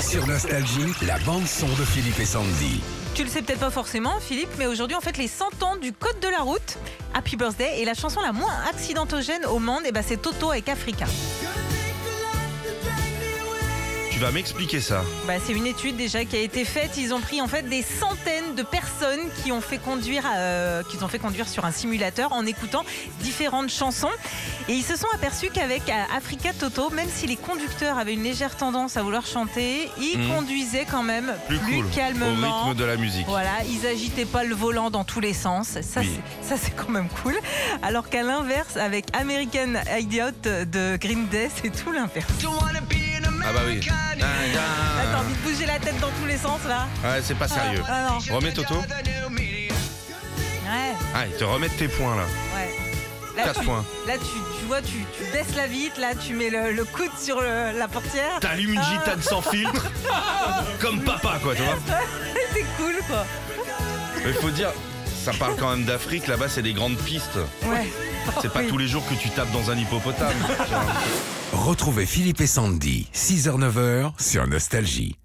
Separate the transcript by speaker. Speaker 1: Sur Nostalgie, la bande-son de Philippe et Sandy.
Speaker 2: Tu le sais peut-être pas forcément, Philippe, mais aujourd'hui, on fête les 100 ans du Code de la route, Happy Birthday, et la chanson la moins accidentogène au monde, et ben c'est Toto avec Africa.
Speaker 3: Tu vas m'expliquer ça.
Speaker 2: Bah, c'est une étude déjà qui a été faite. Ils ont pris en fait des centaines de personnes qui ont fait conduire, euh, qu'ils ont fait conduire sur un simulateur en écoutant différentes chansons. Et ils se sont aperçus qu'avec euh, Africa Toto, même si les conducteurs avaient une légère tendance à vouloir chanter, ils
Speaker 3: Mhm.
Speaker 2: conduisaient quand même plus,
Speaker 3: Plus cool.
Speaker 2: calmement.
Speaker 3: Au rythme de la musique.
Speaker 2: Voilà, ils agitaient pas le volant dans tous les sens. Ça,
Speaker 3: Oui.
Speaker 2: c'est- ça c'est quand même cool. Alors qu'à l'inverse, avec American Idiot de Green Day, c'est tout l'inverse.
Speaker 3: Ah bah oui. Ah,
Speaker 2: Là, T'as
Speaker 3: ah.
Speaker 2: envie de bouger la tête dans tous les sens là.
Speaker 3: Ouais, c'est pas sérieux.
Speaker 2: Ah, ah, non.
Speaker 3: Remets Toto.
Speaker 2: Ouais,
Speaker 3: Ah, ils te remettent tes points là.
Speaker 2: ouais. Là,
Speaker 3: 4
Speaker 2: Ah, tu,
Speaker 3: points.
Speaker 2: là, tu- tu vois, tu, tu baisses la vitre, là, tu mets le, le coude sur le- la portière.
Speaker 3: T'allumes une gitane sans
Speaker 2: Ah.
Speaker 3: filtre. Comme papa quoi, tu vois.
Speaker 2: C'est cool, quoi.
Speaker 3: Il faut dire, ça parle quand même d'Afrique, là-bas c'est des grandes pistes.
Speaker 2: Ouais.
Speaker 3: C'est pas
Speaker 2: Oui.
Speaker 3: tous les jours que tu tapes dans un hippopotame.
Speaker 1: Retrouvez Philippe et Sandy, 6h-9h, sur Nostalgie.